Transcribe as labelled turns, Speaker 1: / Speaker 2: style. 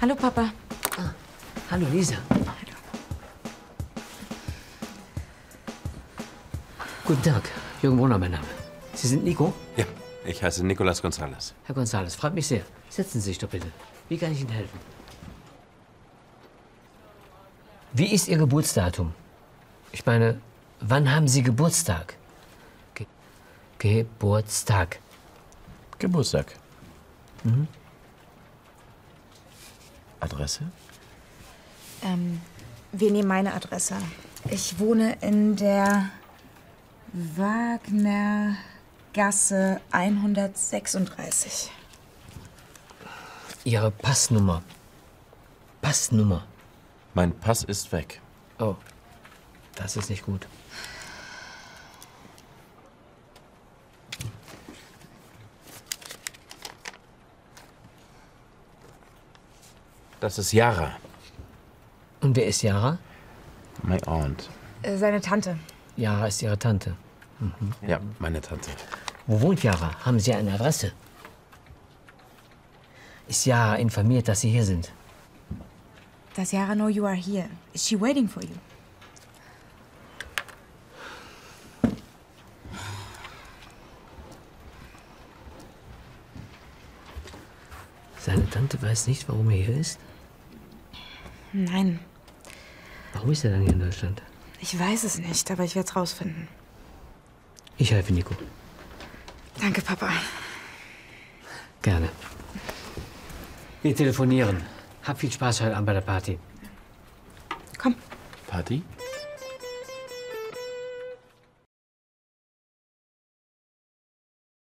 Speaker 1: Hallo, Papa.
Speaker 2: Hallo Lisa. Guten Tag, Jürgen Brunner, mein Name. Sie sind Nico?
Speaker 3: Ja, ich heiße Nicolas Gonzales.
Speaker 2: Herr Gonzales, freut mich sehr. Setzen Sie sich doch bitte. Wie kann ich Ihnen helfen? Wie ist Ihr Geburtsdatum? Ich meine, wann haben Sie Geburtstag? Ge Geburtstag.
Speaker 3: Geburtstag.
Speaker 2: Mhm.
Speaker 3: Adresse?
Speaker 4: Ähm, wir nehmen meine Adresse. Ich wohne in der Wagnergasse 136.
Speaker 2: Ihre Passnummer. Passnummer.
Speaker 3: Mein Pass ist weg.
Speaker 2: Oh, das ist nicht gut.
Speaker 3: Das ist Yara.
Speaker 2: Und wer ist Yara?
Speaker 3: My aunt.
Speaker 4: Äh, seine Tante.
Speaker 2: Yara ist Ihre Tante.
Speaker 3: Ja, meine Tante.
Speaker 2: Wo wohnt Yara? Haben Sie eine Adresse? Ist Yara informiert, dass Sie hier sind?
Speaker 4: Does Yara know you are here? Is she waiting for you?
Speaker 2: Seine Tante weiß nicht, warum er hier ist?
Speaker 4: Nein,
Speaker 2: Warum ist er dann hier in Deutschland?
Speaker 4: ich weiß es nicht, aber ich werde es rausfinden.
Speaker 2: Ich helfe Nico.
Speaker 4: Danke, Papa.
Speaker 2: Gerne. Wir telefonieren. Hab viel Spaß heute Abend bei der Party.
Speaker 4: Komm,
Speaker 3: Party?